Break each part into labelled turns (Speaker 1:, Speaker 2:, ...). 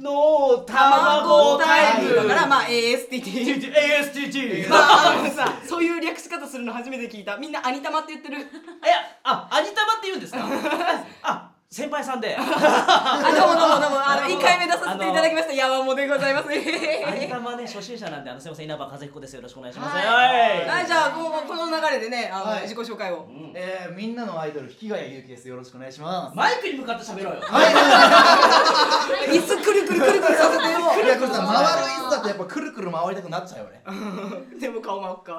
Speaker 1: 卵
Speaker 2: 卵タイム
Speaker 1: だからまあ AST っていう
Speaker 2: ASTT
Speaker 1: まああのさそういう略し方するの初めて聞いたみんなアニタマって言ってる
Speaker 2: あいやあアニタマって言うんですかあ先輩さんで
Speaker 1: あどうもどうもどうもあ
Speaker 2: な
Speaker 1: の
Speaker 2: るほど
Speaker 1: 1回目出させていただきましたヤワモでございます
Speaker 2: アニ
Speaker 1: は
Speaker 2: タマね初心者なんであのすいません稲葉和彦ですよろしくお願いします
Speaker 3: はい
Speaker 2: はい
Speaker 3: はい
Speaker 1: じゃあこのこの流れでねあの、
Speaker 3: はい
Speaker 1: 自己紹介を
Speaker 2: うん
Speaker 3: えー、みんなのアイドル、引谷ゆうきです。よろしくお願いします。
Speaker 2: マイクに向かって喋ろうよ
Speaker 1: 椅子くるくるくるくるさせてよ
Speaker 3: いや、これさ、回る椅子だとやっぱくるくる回りたくなっちゃうよね。
Speaker 1: でも顔真っ赤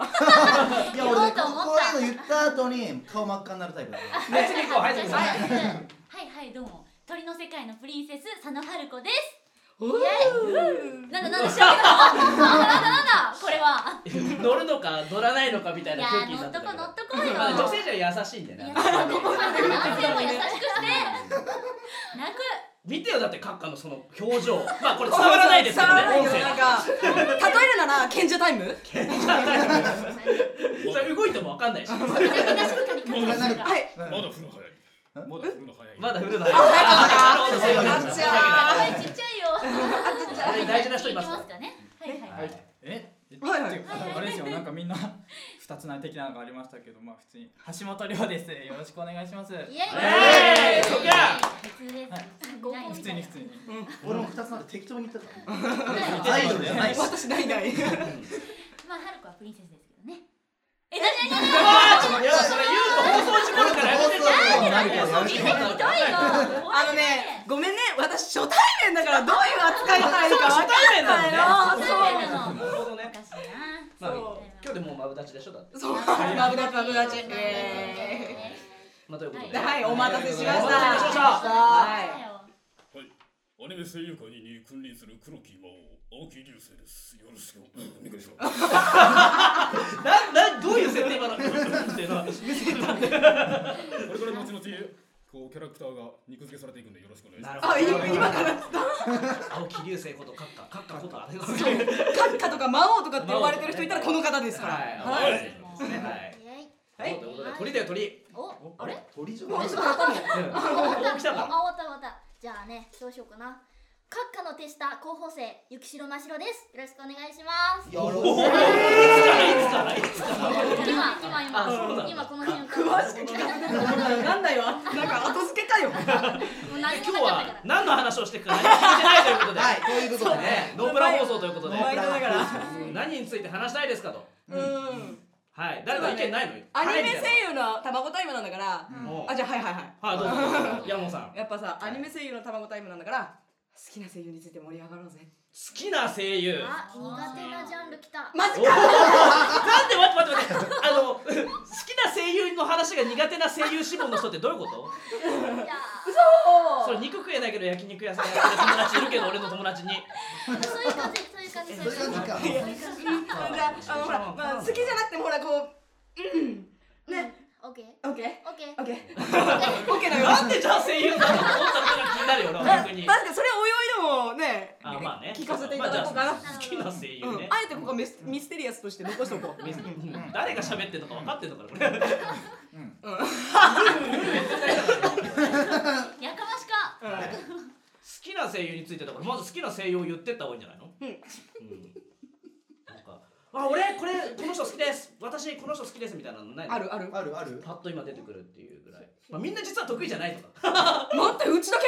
Speaker 3: いや、俺ね、
Speaker 4: 言おうと思った
Speaker 3: こういうの言った後に顔真っ赤になるタイプだから。
Speaker 2: はい次行こうはい次行こう
Speaker 4: はいはいはいどうも鳥の世界のプリンセス佐野春子です
Speaker 1: おー
Speaker 4: なんだなんだ調べたのなんだなんだなんだこれは
Speaker 2: 乗るのか乗らないのかみたい
Speaker 4: い
Speaker 2: な
Speaker 4: や
Speaker 2: 空気に
Speaker 4: 乗
Speaker 2: な
Speaker 4: っ
Speaker 2: っ
Speaker 4: と
Speaker 2: て
Speaker 4: こ
Speaker 2: たけど
Speaker 4: 乗っとこうよ
Speaker 2: まあ女性陣は優しいんだよ
Speaker 4: いや
Speaker 2: ね
Speaker 4: ここまで男性も優しくして泣く
Speaker 2: 見てよだって閣下のその表 情まあこれ伝わらないですけどね
Speaker 1: 伝わらない
Speaker 2: 音
Speaker 1: けど
Speaker 2: 声
Speaker 1: なんか例えるなら賢者タイム
Speaker 2: それ動いてもわかんないし
Speaker 4: めちゃめちゃ静かに書く
Speaker 3: なんか
Speaker 1: はい
Speaker 3: うん
Speaker 5: まだ降るの早い。まだ降るの早い。
Speaker 2: まだ降るな
Speaker 1: なっちゃ
Speaker 4: あれちっちゃいよ
Speaker 2: 大事な人います
Speaker 4: きますかねはいはい
Speaker 2: はい
Speaker 6: え
Speaker 1: はいはい
Speaker 6: っていうかあれですよなんかみんな 二つな的なのがありましたけどまあ普通に橋本涼ですよろしくお願いします
Speaker 4: イエーイ
Speaker 2: イエーイそっか
Speaker 4: 普通です
Speaker 6: 普通に普通に
Speaker 3: 俺も二つなんて適当に言ったから。
Speaker 4: はい
Speaker 3: アイドルじゃないし。
Speaker 1: 私ないない
Speaker 4: まあ春子はプリンセスですけどねえだじゃじゃ
Speaker 2: いやそれ言うと放送事故るからやめて
Speaker 4: じゃ ひどいよ
Speaker 1: あのね、ごめんね、私初対面だからどういう扱いしたらいいか分かんない
Speaker 4: あ
Speaker 1: の。
Speaker 4: そうな
Speaker 2: なるほど
Speaker 4: お
Speaker 2: ね
Speaker 4: かしいな
Speaker 2: まあ今日でもうマブダチでしょだって
Speaker 1: そう、マブダチマブダチ。え
Speaker 2: まあということ
Speaker 1: ー
Speaker 2: で
Speaker 1: はい、お待たせしました。
Speaker 2: お待たせしました
Speaker 1: は
Speaker 5: 姉上声優会に君臨する黒木魔王、青木流星です。よろしくお願いします。
Speaker 2: ななどういう設定なのっていうのは
Speaker 5: これから後々、こう、キャラクターが肉付けされていくんで、よろしくお願いし
Speaker 2: なる
Speaker 5: ま
Speaker 2: ほ
Speaker 1: い。あ、今今から
Speaker 2: ど 青木流星こと閣下閣下ことあれ
Speaker 1: 閣下とか魔王とかって呼ばれてる人いたらこの方ですから。
Speaker 2: は
Speaker 1: はいい。
Speaker 2: はい
Speaker 1: はい
Speaker 2: ということで鳥だよ鳥
Speaker 4: おあれ
Speaker 3: 鳥じゃ
Speaker 1: も
Speaker 3: な
Speaker 1: う
Speaker 3: い
Speaker 1: ちょっと頭に
Speaker 4: あ終わった
Speaker 2: 来たから
Speaker 4: あ終わった終わったじゃあねどうしようかな閣下の手下候補生雪城真白ですよろしくお願いします
Speaker 3: よろ
Speaker 2: お
Speaker 3: し
Speaker 2: ー
Speaker 3: く。
Speaker 4: 今今
Speaker 2: あそうなんだ
Speaker 4: 今今この瞬間
Speaker 1: 詳しく聞かせてもなんないわ。なんか後付けかよ。
Speaker 4: もう何
Speaker 2: 今日
Speaker 4: もなかった
Speaker 2: は
Speaker 4: か
Speaker 2: 何の話をしていくか何も聞いてないということで、
Speaker 3: はい、ということで
Speaker 2: ね
Speaker 3: ね。
Speaker 2: ノープラ放送ということで
Speaker 1: 毎度だから。
Speaker 2: 何について話したいですかと
Speaker 1: うん。
Speaker 2: はい誰か意見ないの
Speaker 1: アニメ声優の卵タイムなんだから。
Speaker 4: ら
Speaker 2: もう
Speaker 1: あ、じゃあはいはいはい。
Speaker 2: はい どうぞ山本さん好
Speaker 1: やっぱさ、アニメ声優の卵タイムなんだから好きな声優について盛り上がろうぜ
Speaker 2: きな声優
Speaker 4: あ苦手なジャンルきた
Speaker 1: マジ
Speaker 2: お
Speaker 1: か
Speaker 2: ーなんで待って待って待ってあの好きな声優の話が苦手な声優志望の人ってどういうこと
Speaker 4: いや
Speaker 2: それ肉食えないけど焼肉屋さんやってる友達いるけど俺の友達に
Speaker 4: ーそういう感じそういう感じそういう感
Speaker 3: そ
Speaker 4: じ
Speaker 3: ういう
Speaker 4: そういう感じ
Speaker 1: じゃ ああのほら、まあ、好きじゃなくてもほらこうね
Speaker 4: オッケー
Speaker 1: うオッ ケ
Speaker 4: オッケー
Speaker 1: ーオッケーオッケー だよ
Speaker 2: なんでじゃあ声優なのって思ったことが気になるよな
Speaker 1: 確
Speaker 2: 逆
Speaker 1: か
Speaker 2: に
Speaker 1: にそれおいおいでもね
Speaker 2: あまあね
Speaker 1: 聞かせていただこうかな、
Speaker 2: まあじゃあ好きな声優
Speaker 1: うん
Speaker 2: ね、
Speaker 1: あえてここはミスミステリアスとして残しとこう
Speaker 2: 誰が喋ってんのか分かってんのかなこれ
Speaker 4: やかまし か
Speaker 1: う
Speaker 2: 好きな声優についてだからまず好きな声優を言ってった方がいいんじゃないの
Speaker 1: うん
Speaker 2: うんなんかあ俺これこの人好きです私この人好きですみたいなのない
Speaker 1: ん
Speaker 2: の
Speaker 1: あるある
Speaker 3: あるある。
Speaker 2: パッと今出てくるっていうぐらい、まあ、みんな実は得意じゃないとか
Speaker 1: 待ってうちだけ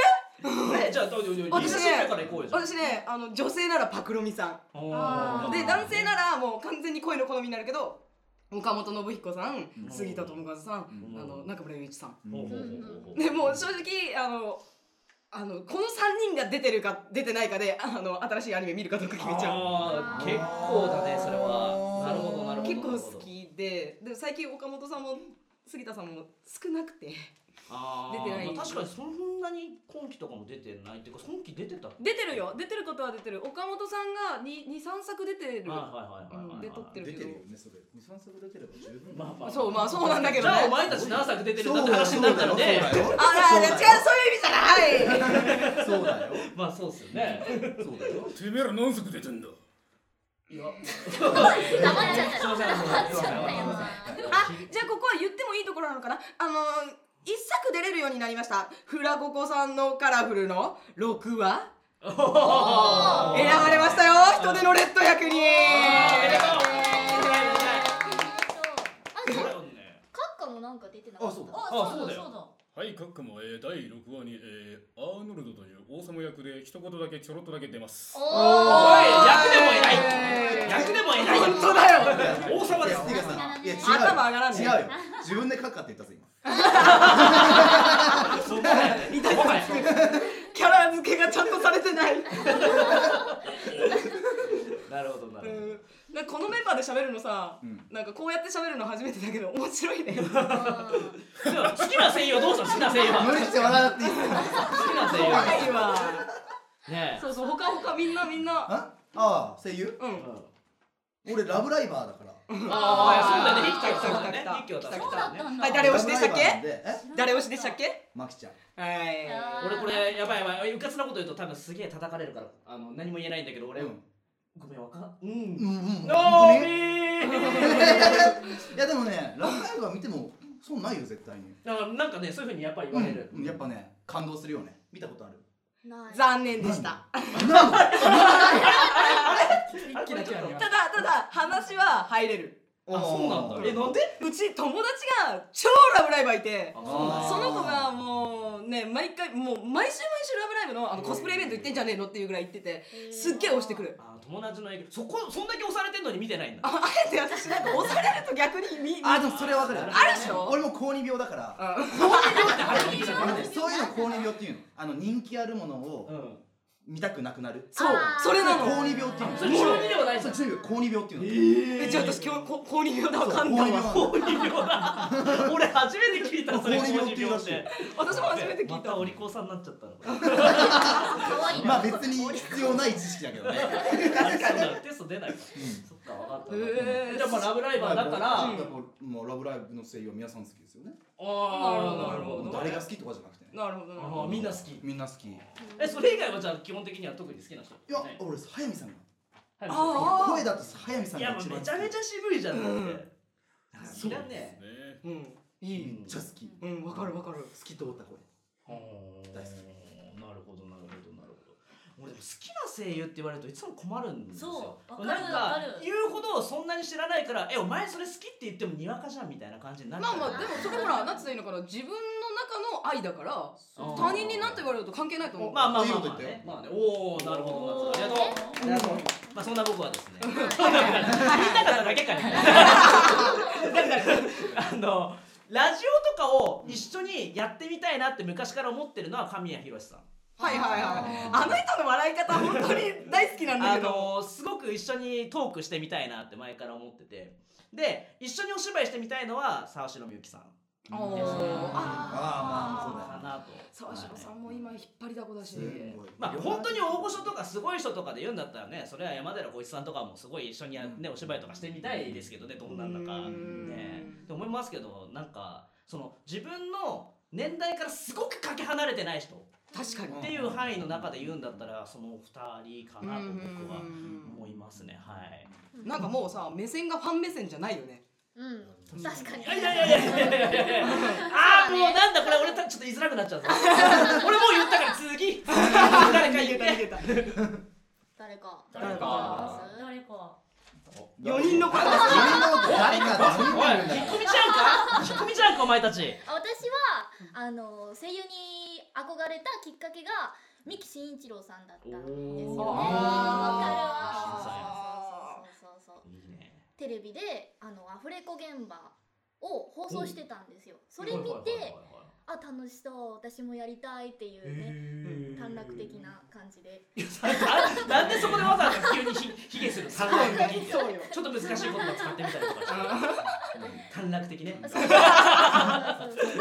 Speaker 2: ねじゃあどうぞどうぞリ
Speaker 1: 私
Speaker 2: ス
Speaker 1: ね
Speaker 2: ナーから行こうよじゃ
Speaker 1: 私ねあの女性ならパクロミさん
Speaker 2: あおー
Speaker 1: で男性ならもう完全に恋の好みになるけど岡本信彦さん
Speaker 2: ん
Speaker 1: 杉田智和さん
Speaker 2: うん
Speaker 1: あの中村雄一さん
Speaker 2: ほうほうほうほう
Speaker 1: でもう正直あのあのこの3人が出てるか出てないかであの新しいアニメ見るかどうか決めちゃう
Speaker 2: あー結構だねそれはなるほどなるほど
Speaker 1: 結構好きでで最近岡本さんも杉田さんも少なくて
Speaker 2: あー
Speaker 1: 出てない
Speaker 2: まあ確かにそんなに今期とかも出てないっていうか今期出てたっけ
Speaker 1: 出てるよ出てることは出てる岡本さんが23作出てる
Speaker 2: はいはいはいはいはい、
Speaker 1: うんで撮ってる
Speaker 3: 出てるよね、それ。二三作出てれば十分。
Speaker 2: まあまああ
Speaker 1: そうまあそうなんだけ
Speaker 2: じ
Speaker 1: どね
Speaker 2: ゃあお前たち何作出てるんだって話になったので、
Speaker 1: あら違うそういう意味じゃない
Speaker 3: そうだよ。
Speaker 2: まあそうっすよね。
Speaker 3: そうだよ。
Speaker 5: す。てめえら何足出てんだ
Speaker 2: いや、すい
Speaker 4: 黙っちゃったよ
Speaker 2: ません、すいません。
Speaker 1: あじゃあここは言ってもいいところなのかなあのー、一作出れるようになりましたフラココさんのカラフルの6話
Speaker 2: お
Speaker 1: 選ばれましたよ人手のレッド役に
Speaker 2: ー
Speaker 4: えーとあカッカもなんか出てなかった
Speaker 3: あそうだ
Speaker 7: あ
Speaker 2: あ
Speaker 7: そ
Speaker 2: そうだ
Speaker 7: うだ
Speaker 2: よ
Speaker 7: そうだ
Speaker 5: はい、各家も、えー、第6話に、えー、アーノルドという王様役で一言だけちょろっとだけ出ます。
Speaker 4: お
Speaker 2: おい
Speaker 4: ー
Speaker 2: 役でも偉い役でも偉い
Speaker 1: 本当だよ
Speaker 2: 王様です
Speaker 3: ていうかさいや違うよ
Speaker 1: 頭上がらんね
Speaker 3: 違うよ自分で書くかって言ったぜ今
Speaker 2: そこだよねそこだよ
Speaker 1: キャラ付けがちゃんとされてない
Speaker 2: なるほどなるほど
Speaker 1: うんなんかこのメンバーで喋るのさ、
Speaker 3: うん
Speaker 1: なんかこうやって喋るの初めてだけど面白いね
Speaker 2: でも好きな声優はどうしたの好きな声優は
Speaker 3: 無理して笑わなくていいですよ
Speaker 2: 好きな声優
Speaker 1: 怖
Speaker 2: はい
Speaker 1: わ
Speaker 2: ねえ
Speaker 1: そうそう他他みんなみんな
Speaker 3: あああ声優
Speaker 1: うん
Speaker 3: 俺ラブライバーだから
Speaker 2: ああ
Speaker 1: あー
Speaker 2: そうだね
Speaker 1: 来た
Speaker 2: 一挙だね一挙だね
Speaker 1: 来た来
Speaker 4: そうだったんだ
Speaker 1: はい誰推しでしたっ
Speaker 3: ラブライバーなん
Speaker 1: け
Speaker 3: でえ
Speaker 1: 誰推しでしたっけ
Speaker 3: マキちゃん
Speaker 1: はい
Speaker 4: あー
Speaker 2: 俺これやばいやばいうかつなこと言うと多分すげえ叩かれるからあの何も言えないんだけど俺、
Speaker 3: うん
Speaker 2: ごめんわかんうん
Speaker 3: うんうん本
Speaker 2: ノ
Speaker 3: 当
Speaker 2: ー
Speaker 3: に
Speaker 2: ミ
Speaker 3: いやでもねラブライバー見ても損ないよ絶対に
Speaker 2: ーなんかねそういうふうにやっぱり言われる、
Speaker 3: うんやっぱね感動するよね見たことある
Speaker 4: ない
Speaker 1: 残念でした
Speaker 6: 一気だけありま
Speaker 1: た
Speaker 6: す
Speaker 1: だただ話は入れる
Speaker 2: あそうなんだえなんで
Speaker 1: うち友達が超ラブライバーいて
Speaker 2: あ
Speaker 3: そうなん
Speaker 1: その
Speaker 3: だ
Speaker 1: 子がもうね毎回もう毎週毎週ラブライブのあのコスプレイベント行ってんじゃねえのっていうぐらい行っててすっげえ押してくる
Speaker 2: あ友達の影響そこそんだけ押されてんのに見てないんだ
Speaker 1: ああえて私なんか押されると逆に見見
Speaker 3: あでもそれはわかるよ
Speaker 1: あるでしょ
Speaker 3: 俺も高二病だから
Speaker 1: うん
Speaker 3: そういうの高二病っていうのあの人気あるもの
Speaker 2: う
Speaker 3: を
Speaker 2: ん
Speaker 3: 見たくなくなる
Speaker 1: そう
Speaker 4: あー
Speaker 1: それなの
Speaker 3: 高二病っていうの
Speaker 2: それ中二ではないじ
Speaker 3: そ
Speaker 2: ゃん
Speaker 3: う中二病高二病っていうの
Speaker 1: えじゃあ私今日こ高二病だわ
Speaker 3: そう
Speaker 1: かんないわ
Speaker 3: 高
Speaker 2: 高
Speaker 3: 二病
Speaker 2: 二病だ俺初めて聞いたそれ
Speaker 3: 高二病っていうらしい
Speaker 1: 私も初めて聞いた
Speaker 2: またお利口さんになっちゃったの
Speaker 4: 可愛い
Speaker 3: まあ
Speaker 4: な
Speaker 3: 別に必要ない知識だけどね
Speaker 2: あそうだテスト出ないからそっか分かった分かっ
Speaker 1: へ
Speaker 2: た
Speaker 1: え
Speaker 2: じゃあまあラブライバーだから
Speaker 1: うん
Speaker 3: もうラブライブの声優は皆さん好きですよね
Speaker 2: あ
Speaker 1: なるほど
Speaker 2: ー
Speaker 3: 誰が好きとかじゃなくてね
Speaker 1: なるほどなるほ
Speaker 2: あ
Speaker 1: ど
Speaker 2: みんな好き
Speaker 3: みんな好きい
Speaker 2: えそれ以外はじゃあ基本的には特に好きな人
Speaker 3: や
Speaker 2: ね
Speaker 3: 俺速見さんが
Speaker 2: はい
Speaker 1: あ
Speaker 3: 声だと速見さん
Speaker 2: い
Speaker 3: が
Speaker 2: やもう
Speaker 3: 一
Speaker 2: め
Speaker 3: 番好き
Speaker 2: ちゃめちゃ渋いじゃんだ
Speaker 1: うん
Speaker 2: って好きだ
Speaker 5: ね
Speaker 2: ね
Speaker 1: うんいい
Speaker 3: めっちゃ好き
Speaker 1: うんわかるわかる
Speaker 3: 透き通った声
Speaker 2: 大好きな
Speaker 3: 大
Speaker 2: る
Speaker 3: 好
Speaker 2: ほ
Speaker 3: き
Speaker 2: どなるほどなるほど俺でも好きな声優って言われるといつも困るんですよ
Speaker 7: そうわかる
Speaker 2: なん
Speaker 7: わかる
Speaker 2: 言うほどそんなに知らないからえお前それ好きって言ってもにわかじゃんみたいな感じになっち
Speaker 1: ま
Speaker 2: ゃ
Speaker 1: あ
Speaker 2: う
Speaker 1: まあでもそれほらなんつったらいいのかな自分の中の愛だから
Speaker 2: うん
Speaker 1: 他人になんて言われると関係ないと思う
Speaker 2: まあまあまあ
Speaker 3: いいこ
Speaker 2: まあ
Speaker 3: と言ったよ
Speaker 2: ねまあねおおなるほどなるほどありがとうなるほどまあそんな僕はですねみんなからだけかねあのラジオとかを一緒にやってみたいなって昔から思ってるのは神谷博さん
Speaker 1: はいはいはいあの人の笑い方本当に大好きなんだ
Speaker 2: あ
Speaker 1: けど
Speaker 2: のすごく一緒にトークしてみたいなって前から思っててで一緒にお芝居してみたいのは沢城みゆきさん
Speaker 1: おーあ
Speaker 3: ああまあ
Speaker 2: か
Speaker 3: まあそうだよね
Speaker 2: なと
Speaker 1: 沢城さ
Speaker 2: はい
Speaker 1: んも今引っ張りだこだし
Speaker 3: すごい
Speaker 2: まあ本当に大御所とかすごい人とかで言うんだったらねそれは山寺浩一さんとかもすごい一緒にや、ね、お芝居とかしてみたいですけどねどんなんだか
Speaker 1: うん
Speaker 2: ねって思いますけどなんかその自分の年代からすごくかけ離れてない人っ
Speaker 1: 確かに
Speaker 2: ていう範囲の中で言うんだったらその2人かなと僕は
Speaker 1: うん
Speaker 2: 思いますねはい。
Speaker 1: なんかもうさ目線がファン目線じゃないよ ね
Speaker 4: うん確かに
Speaker 2: いやいやいやいやいやいやいやあーもうなんだこれ俺たちょっと言いづらくなっちゃうぞ俺もう言ったから次誰か言って
Speaker 1: た
Speaker 4: 誰か
Speaker 5: 誰
Speaker 1: か
Speaker 7: 誰か
Speaker 1: 4人の子だ
Speaker 3: 自分のこと誰かって何
Speaker 2: おい
Speaker 3: 人いるんだ
Speaker 2: 引っ
Speaker 3: よ
Speaker 2: 込みちゃうか引っ込みちゃうかお前たち
Speaker 4: 私はあの声優に憧れたきっかけが三木真一郎さんだったんですよね
Speaker 2: おー
Speaker 4: わかる
Speaker 1: あ
Speaker 4: わそうそうそうそう
Speaker 2: いいね
Speaker 4: テレビであのアフレコ現場を放送してたんですよそれ見てあ楽しそう私もやりたいっていうね短絡的な感じで
Speaker 2: ななんでそこでわざわざ急にひひげする短絡的って
Speaker 1: そうよ
Speaker 2: ちょっと難しい言葉使ってみたりとかして短絡的ね
Speaker 4: そうそうそうそ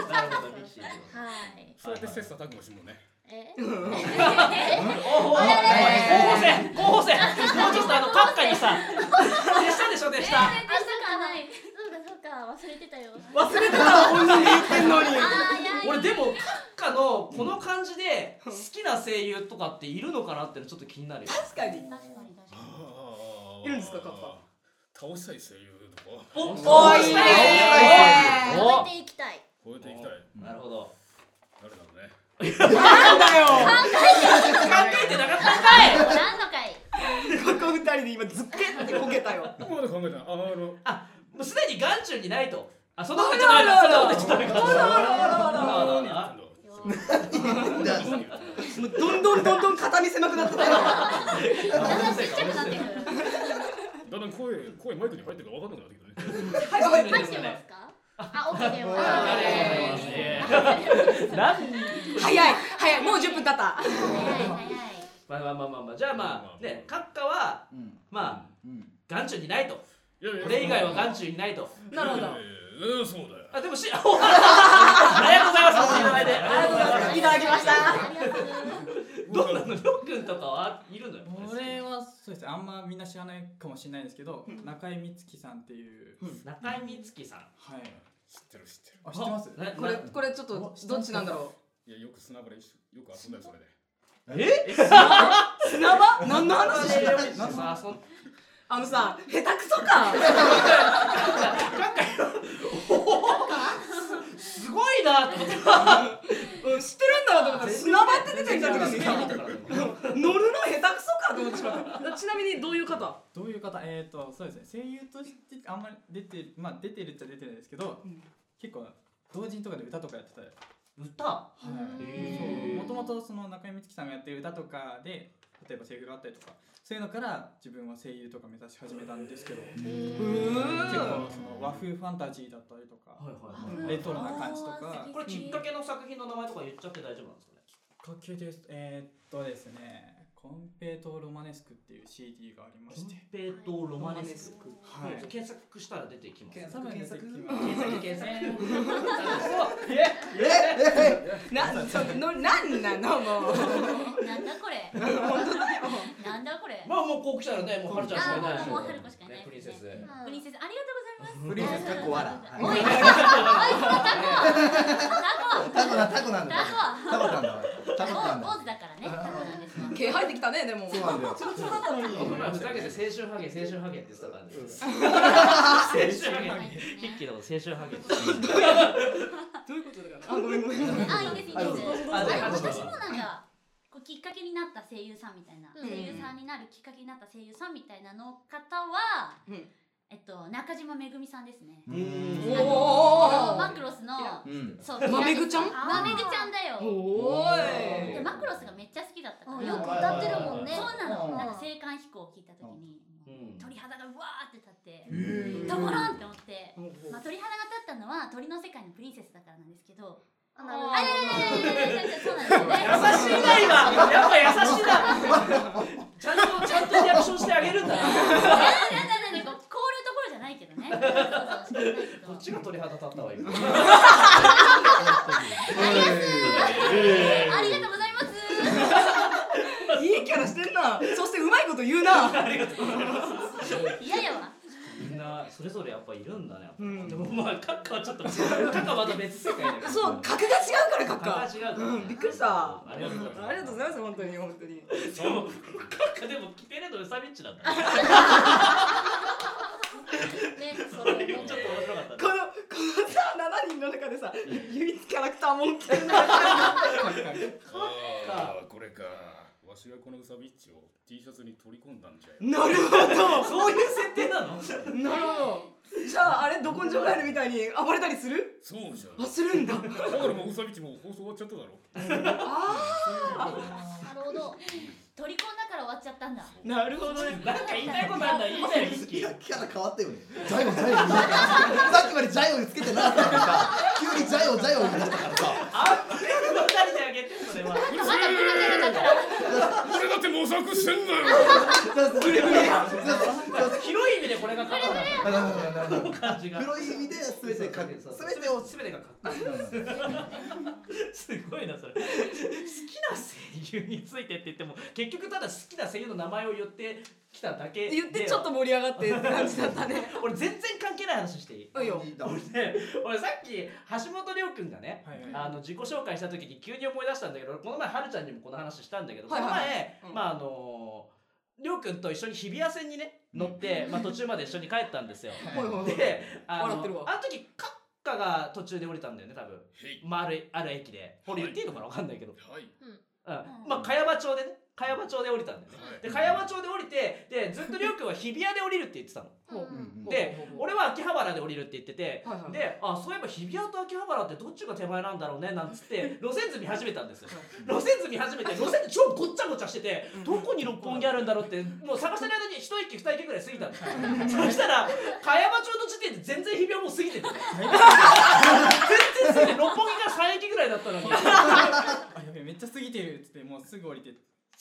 Speaker 4: う
Speaker 2: なるほどミキシー
Speaker 4: はい
Speaker 5: そうやって切磋琢磨しもね。
Speaker 4: え
Speaker 2: おお候補生候補生もうちょっとあの閣下にさ手下でしょ手下
Speaker 7: あしたかない
Speaker 4: そうかそうか忘れてたよ
Speaker 1: 忘れてた女に言ってんのに
Speaker 4: あーやい
Speaker 2: 俺でも閣下のこの感じで好きな声優とかっているのかなってのちょっと気になるよ
Speaker 1: 確かに
Speaker 7: 確かに確かに
Speaker 5: あ
Speaker 1: い
Speaker 5: ー
Speaker 1: るんですかカッパ
Speaker 5: 倒したい声優とか
Speaker 2: お
Speaker 1: おい
Speaker 2: い
Speaker 1: い
Speaker 2: い
Speaker 1: ね
Speaker 2: ね
Speaker 4: 超えていきたい
Speaker 5: 超えていきたい。
Speaker 2: なるほど
Speaker 5: 誰だろうね。
Speaker 1: なんだよ
Speaker 2: 考えてなかったん
Speaker 1: 今ズッケってこけたよ。
Speaker 5: まだ考えてない。あの、
Speaker 2: もうすでに眼中にないとあそんなことじゃないなそんなことじゃないな
Speaker 1: も
Speaker 5: あの、
Speaker 3: な
Speaker 4: よ
Speaker 3: んだ
Speaker 1: う
Speaker 3: よ
Speaker 1: どんどんどんどん肩身狭くなってたよ。
Speaker 4: だんだんちっちゃくなってる
Speaker 5: だんだん声、声マイクに入ってるか分かんなくなってきたね。
Speaker 2: 入
Speaker 4: 入ってますかあ、オッケーで
Speaker 2: あ
Speaker 4: は
Speaker 2: りがとうございますなん
Speaker 1: 早い早いもう10分経った。
Speaker 4: 早い早い
Speaker 2: まあまあまあまあまあじゃあまあね閣下は
Speaker 3: うん
Speaker 2: まあ
Speaker 3: うん
Speaker 2: 眼中にないと
Speaker 5: いやいや
Speaker 2: 俺以外は眼中にないと
Speaker 1: なるほど。
Speaker 5: うん、そうだよ。
Speaker 2: あでもし ありがとうございます知らないでありがとうございます
Speaker 1: いただきました。
Speaker 4: ありがとうございます
Speaker 2: どうなのりょうくんとかはいるのよ
Speaker 6: 俺はそうですねあんまみんな知らないかもしれないですけど、中井美月さんっていう、
Speaker 2: 中井美月さん
Speaker 6: はい
Speaker 5: 知ってる、知って
Speaker 6: あ知ってます
Speaker 2: なな
Speaker 1: これこれちょっとどっちなんだろ
Speaker 5: る。いや、よく砂場で一緒、よく遊んだよ、それで。
Speaker 2: え
Speaker 1: う。砂場？何の話？
Speaker 2: まあそん
Speaker 1: あのさ下手くそか。
Speaker 2: すごいなと思って
Speaker 1: うん知ってるんだなと思ったら砂場って出てきた時にさ乗るの下手くそかと思ってしまった。ちなみにどういう方？
Speaker 6: どういう方えっ、ー、とそうですね声優としてあんまり出てまあ出てるっちゃ出てるんですけど、
Speaker 1: うん
Speaker 6: 結構同人とかで歌とかやってたり
Speaker 2: 歌
Speaker 6: はい、もともとその中井美月さんがやってる歌とかで例えば声優があったりとかそういうのから自分は声優とか目指し始めたんですけど結構その和風ファンタジーだったりとかレトロな感じとか
Speaker 2: これきっかけの作品の名前とか言っちゃって大丈夫なんですかね
Speaker 6: かけですえー、っとですね「コンペイトロマネスク」っていう CD がありま
Speaker 2: コ
Speaker 6: し
Speaker 2: ン
Speaker 6: て
Speaker 2: ペイトロマネスク
Speaker 6: はい
Speaker 2: 検索したら出てきます
Speaker 3: 検
Speaker 6: 多分出てき
Speaker 3: 検
Speaker 6: ます
Speaker 2: 検索
Speaker 1: なちょっとのなんなのもう。
Speaker 7: なんだこれ。なんだこれ。
Speaker 2: まあもうこう来たらねもうはるちゃんしかいないし
Speaker 7: あもう春子しかいないですね
Speaker 2: プリンセス
Speaker 7: プリンセスありがとうございます。
Speaker 3: プリンセスかっこわらはい
Speaker 7: おい
Speaker 3: タコなタコなんだよタコなんだよタコなんだ
Speaker 7: 坊
Speaker 3: よ
Speaker 7: 主だからね。多分なんですわ
Speaker 1: 毛生えてきたねでも。
Speaker 3: そうなんだよ
Speaker 2: この前ふざけて青春ハゲ青春ハゲって言ってたからね青春ハゲヒッキーのこと青春ハゲって
Speaker 1: どういうことだから。あごめんごめん。
Speaker 7: あいいですいいです。
Speaker 2: あで
Speaker 7: あ
Speaker 2: 春子
Speaker 7: 私もなんか。こうきっかけになった声優さんみたいな、
Speaker 1: うん
Speaker 7: 声優さんになるきっかけになった声優さんみたいなの方は、
Speaker 1: うん
Speaker 7: えっと中島めぐみさんですね。
Speaker 3: うん
Speaker 1: おー
Speaker 7: あのマクロスの
Speaker 3: うん
Speaker 7: そう
Speaker 1: まめぐちゃん
Speaker 7: まめぐちゃんだよ。
Speaker 1: おーい
Speaker 7: で。マクロスがめっちゃ好きだったから
Speaker 4: よく歌ってるもんね
Speaker 7: そうな
Speaker 3: うん
Speaker 7: の。なんか青函飛行を聞いたときに、
Speaker 2: うん
Speaker 7: 鳥肌がうわーって立っ
Speaker 3: へ
Speaker 7: て、たまらんって思って、
Speaker 1: おー
Speaker 7: まあ鳥肌が立ったのは鳥の世界のプリンセスだからなんですけど、
Speaker 4: あなるほど
Speaker 7: あいやいやいやいやいやいやそうなんですよね。
Speaker 2: 優しいな今やっぱ優しいなちゃんとちゃんとリアクションしてあげるんだな
Speaker 7: やだやだやだこう凍るところじゃないけどね。そうそう仕方
Speaker 2: こ
Speaker 7: ない
Speaker 2: っちが鳥
Speaker 7: けど
Speaker 2: 肌立ったわ今
Speaker 7: ありがとうございます。
Speaker 1: いいキャラしてんな。そしてうまいこと言うな。
Speaker 7: いややわ。
Speaker 2: みんなそれぞれやっぱいるんだねやっぱ
Speaker 1: うん
Speaker 2: でもまあカッカはちょっとカッカはまた別世界だよ
Speaker 1: そう格が違うから格
Speaker 2: カ
Speaker 1: が。
Speaker 2: ッカは違うから
Speaker 1: うんびっくりした
Speaker 2: ありがとうございます
Speaker 1: ありがとうございます本当に本当に。
Speaker 2: でもカッカでもキペレードウサビッチなんだね
Speaker 4: ね、そ
Speaker 2: そ
Speaker 4: れ
Speaker 2: れ
Speaker 4: ね
Speaker 2: もちょっと面白かったね
Speaker 1: このこのさ7人の中でさ唯一キャラクターもんってる
Speaker 5: ああ、これか。わしがこのウサビッチを T シャツに取り込んだんじゃよ。
Speaker 1: なるほ
Speaker 2: そういう設定なの
Speaker 1: どなるほどじゃああれど根性ガエルみたいに暴れたりする
Speaker 5: そうじゃん。
Speaker 1: あするんだ
Speaker 5: だからもうウサビッチも放送終わっちゃっただろ。
Speaker 4: なるほど
Speaker 7: 取り込んだから終わっちゃったんだ。
Speaker 1: なるほどね
Speaker 2: なんか言いたいことあんだいいんだよミスキ
Speaker 3: キ
Speaker 2: ー
Speaker 3: ャラ変わったよねジャイオジャイオさっきまでジャイオつけてなかったのにさ急にジャイオジャイオ言い出したからさ
Speaker 2: あんまり二人であげてそれは
Speaker 7: なんかまだブルベルだから。
Speaker 5: 俺だって模索してんだよ。
Speaker 3: ブレブレ
Speaker 2: 広い意味でこれがカッカだ感じが
Speaker 3: 黒い意味で全てか
Speaker 2: そうそう
Speaker 3: 全てを
Speaker 2: 全てがカッカすごいなそれ好きな声優についてって言っても結局ただ好きな声優の名前を言ってきただけで
Speaker 1: 言ってちょっと盛り上がってる感じだったね
Speaker 2: 俺全然関係ない話していい
Speaker 1: うんよ
Speaker 2: で俺さっき橋本涼君がね、
Speaker 6: はい
Speaker 2: あの自己紹介した時に急に思い出したんだけどこの前はるちゃんにもこの話したんだけど、
Speaker 1: はいはい
Speaker 2: この前、
Speaker 1: うん
Speaker 2: まああの涼君と一緒に日比谷線にね乗って、まあ、途中まで一緒に帰ったんですよ
Speaker 1: ほいほいほい
Speaker 2: であ
Speaker 1: 笑
Speaker 2: の
Speaker 1: ってるわ
Speaker 2: あの時カッカが途中で降りたんだよね多分
Speaker 5: へい。
Speaker 2: まあ、あるある駅でこれ言っていいのかなわかんないけど、
Speaker 5: はい。
Speaker 2: うんまあ茅場町でね茅茅場町で降りたんだよねで茅場町で降りてでずっとりょうくんは日比谷で降りるって言ってたの
Speaker 4: うん
Speaker 3: うん
Speaker 2: で俺は秋葉原で降りるって言ってて
Speaker 1: はいはい
Speaker 2: であそういえば日比谷と秋葉原ってどっちが手前なんだろうねなんつって路線図見始めたんですよ路線図見始めて路線図超ごっちゃごちゃしててどこに六本木あるんだろうってもう探してる間に一駅二駅ぐらい過ぎたのそしたら茅場町の時点で全然日比谷もう過ぎてて全然過ぎて 六本木が三駅ぐらいだったのに
Speaker 6: あやべえめっちゃ過ぎてるっつってもうすぐ降りて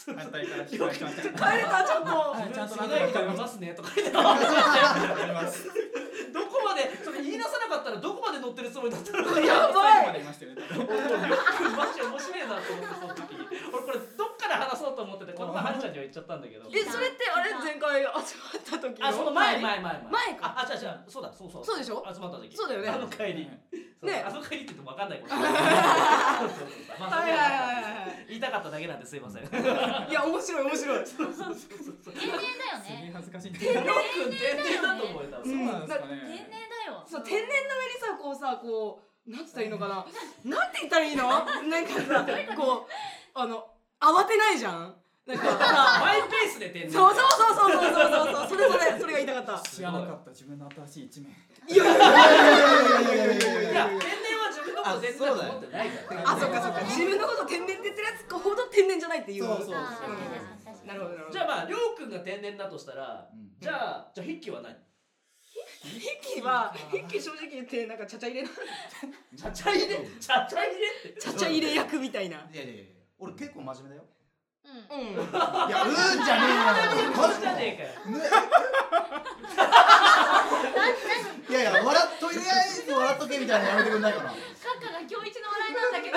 Speaker 6: 反対から引
Speaker 2: よ
Speaker 6: っ
Speaker 2: く
Speaker 6: 越しました
Speaker 2: 帰れたちゃん
Speaker 6: い
Speaker 2: と
Speaker 6: ちゃんと
Speaker 2: その駅から見ますねとか言ってた
Speaker 6: あります
Speaker 2: どこまでそれ言い出さなかったらどこまで乗ってるつもりだったのか
Speaker 1: や
Speaker 6: 最後
Speaker 1: ば
Speaker 6: ま
Speaker 1: い
Speaker 6: でいましたよね
Speaker 2: マジ面白いなと思ってその時俺これどっから話そうと思っててこの前はるちゃんには言っちゃったんだけど
Speaker 1: えそれってあれ前回集まった時の
Speaker 2: あその前前前前
Speaker 1: 前か
Speaker 2: ああ違う違うそうだそうそう
Speaker 1: そうでしょ
Speaker 2: 集まった時
Speaker 1: そうだよね
Speaker 2: あの帰りそう
Speaker 1: ね
Speaker 2: あの帰りって言っても分かん ないことそうそうそうまあ
Speaker 1: はいはいはいは
Speaker 2: 言いたかっただけなんですいませんりょう
Speaker 1: いいや面白い面白い
Speaker 7: 天然だよ
Speaker 6: すげえ
Speaker 7: ね
Speaker 6: 恥ずかしいんだ
Speaker 2: く
Speaker 6: けど
Speaker 2: ん天然だと思えた
Speaker 6: そうなんですか
Speaker 7: 天然
Speaker 6: ね
Speaker 7: だよ
Speaker 1: そう天然の上にさこうさこうなんつったらいいのかななんて言ったらいいのなんかさこうあの慌てないじゃんなんかさ
Speaker 2: マイペースで天然
Speaker 1: そうそうそうそうそうそうそうそれそれそれが言いたかった
Speaker 6: 知らなかった自分の新しい一面
Speaker 2: いや
Speaker 3: いやいやいやいやいやいや
Speaker 2: 天然は自分のこと全然だと思ってないから
Speaker 1: あそっかそっか自分のこと天然って言ってるやつほど天然じゃないっていう
Speaker 3: そうそう
Speaker 7: あー確かに確かに
Speaker 1: なるほどなるほど
Speaker 2: じゃあまありょうくんが天然だとしたら
Speaker 3: うん
Speaker 2: じゃあじゃあ筆記は何
Speaker 1: ヒッキーはヒッキー正直言ってなんかちゃちゃ入れな
Speaker 2: ちゃちゃ入れちゃちゃ入れって
Speaker 1: ちゃちゃ入れ役みたいない
Speaker 3: やいやいや俺結構真面目だよ
Speaker 4: うん
Speaker 1: うん
Speaker 3: いやうーんじゃねえよ
Speaker 2: そうじゃねえかよ
Speaker 3: ねいやいや、笑っとりあえず笑っとけみたいなのやめてくんないかな。
Speaker 7: カッカが今日一の笑いなんだけ